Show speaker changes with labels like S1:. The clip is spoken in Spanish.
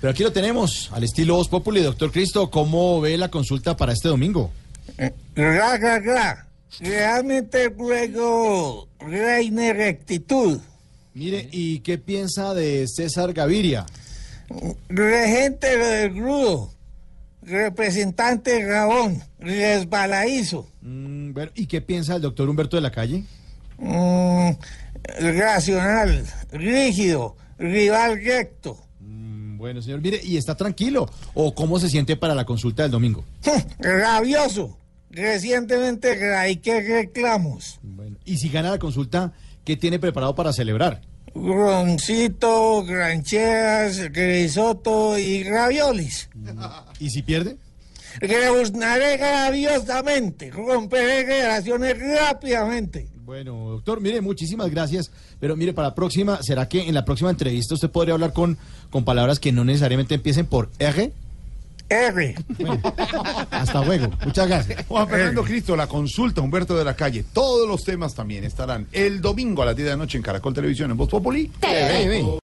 S1: Pero aquí lo tenemos, al estilo Voz Populi. Doctor Cristo, ¿cómo ve la consulta para este domingo?
S2: Ra, ra, ra. Realmente ruego reine rectitud.
S1: Mire, ¿y qué piensa de César Gaviria?
S2: Regente del grudo. Representante Rabón. Resbaladizo.
S1: Mm, bueno, ¿y qué piensa el doctor Humberto de la Calle?
S2: Mm, racional. Rígido. Rival recto.
S1: Mm, bueno, señor, mire, ¿y está tranquilo? ¿O cómo se siente para la consulta del domingo?
S2: Hm, Rabioso. Recientemente radiqué reclamos.
S1: Bueno, ¿y si gana la consulta, qué tiene preparado para celebrar?
S2: Roncito, grancheras, risotto y raviolis.
S1: ¿Y si pierde?
S2: Rebuznaré rabiosamente, romperé generaciones rápidamente.
S1: Bueno, doctor, mire, muchísimas gracias. Pero mire, para la próxima, ¿será que en la próxima entrevista usted podría hablar con, con palabras que no necesariamente empiecen por R?
S2: R.
S1: Hasta luego. Muchas gracias.
S3: Juan Fernando Cristo, la consulta, Humberto de la Calle, todos los temas también estarán el domingo a las 10 de la noche en Caracol Televisión en Voz Populi.
S1: Ven, ven.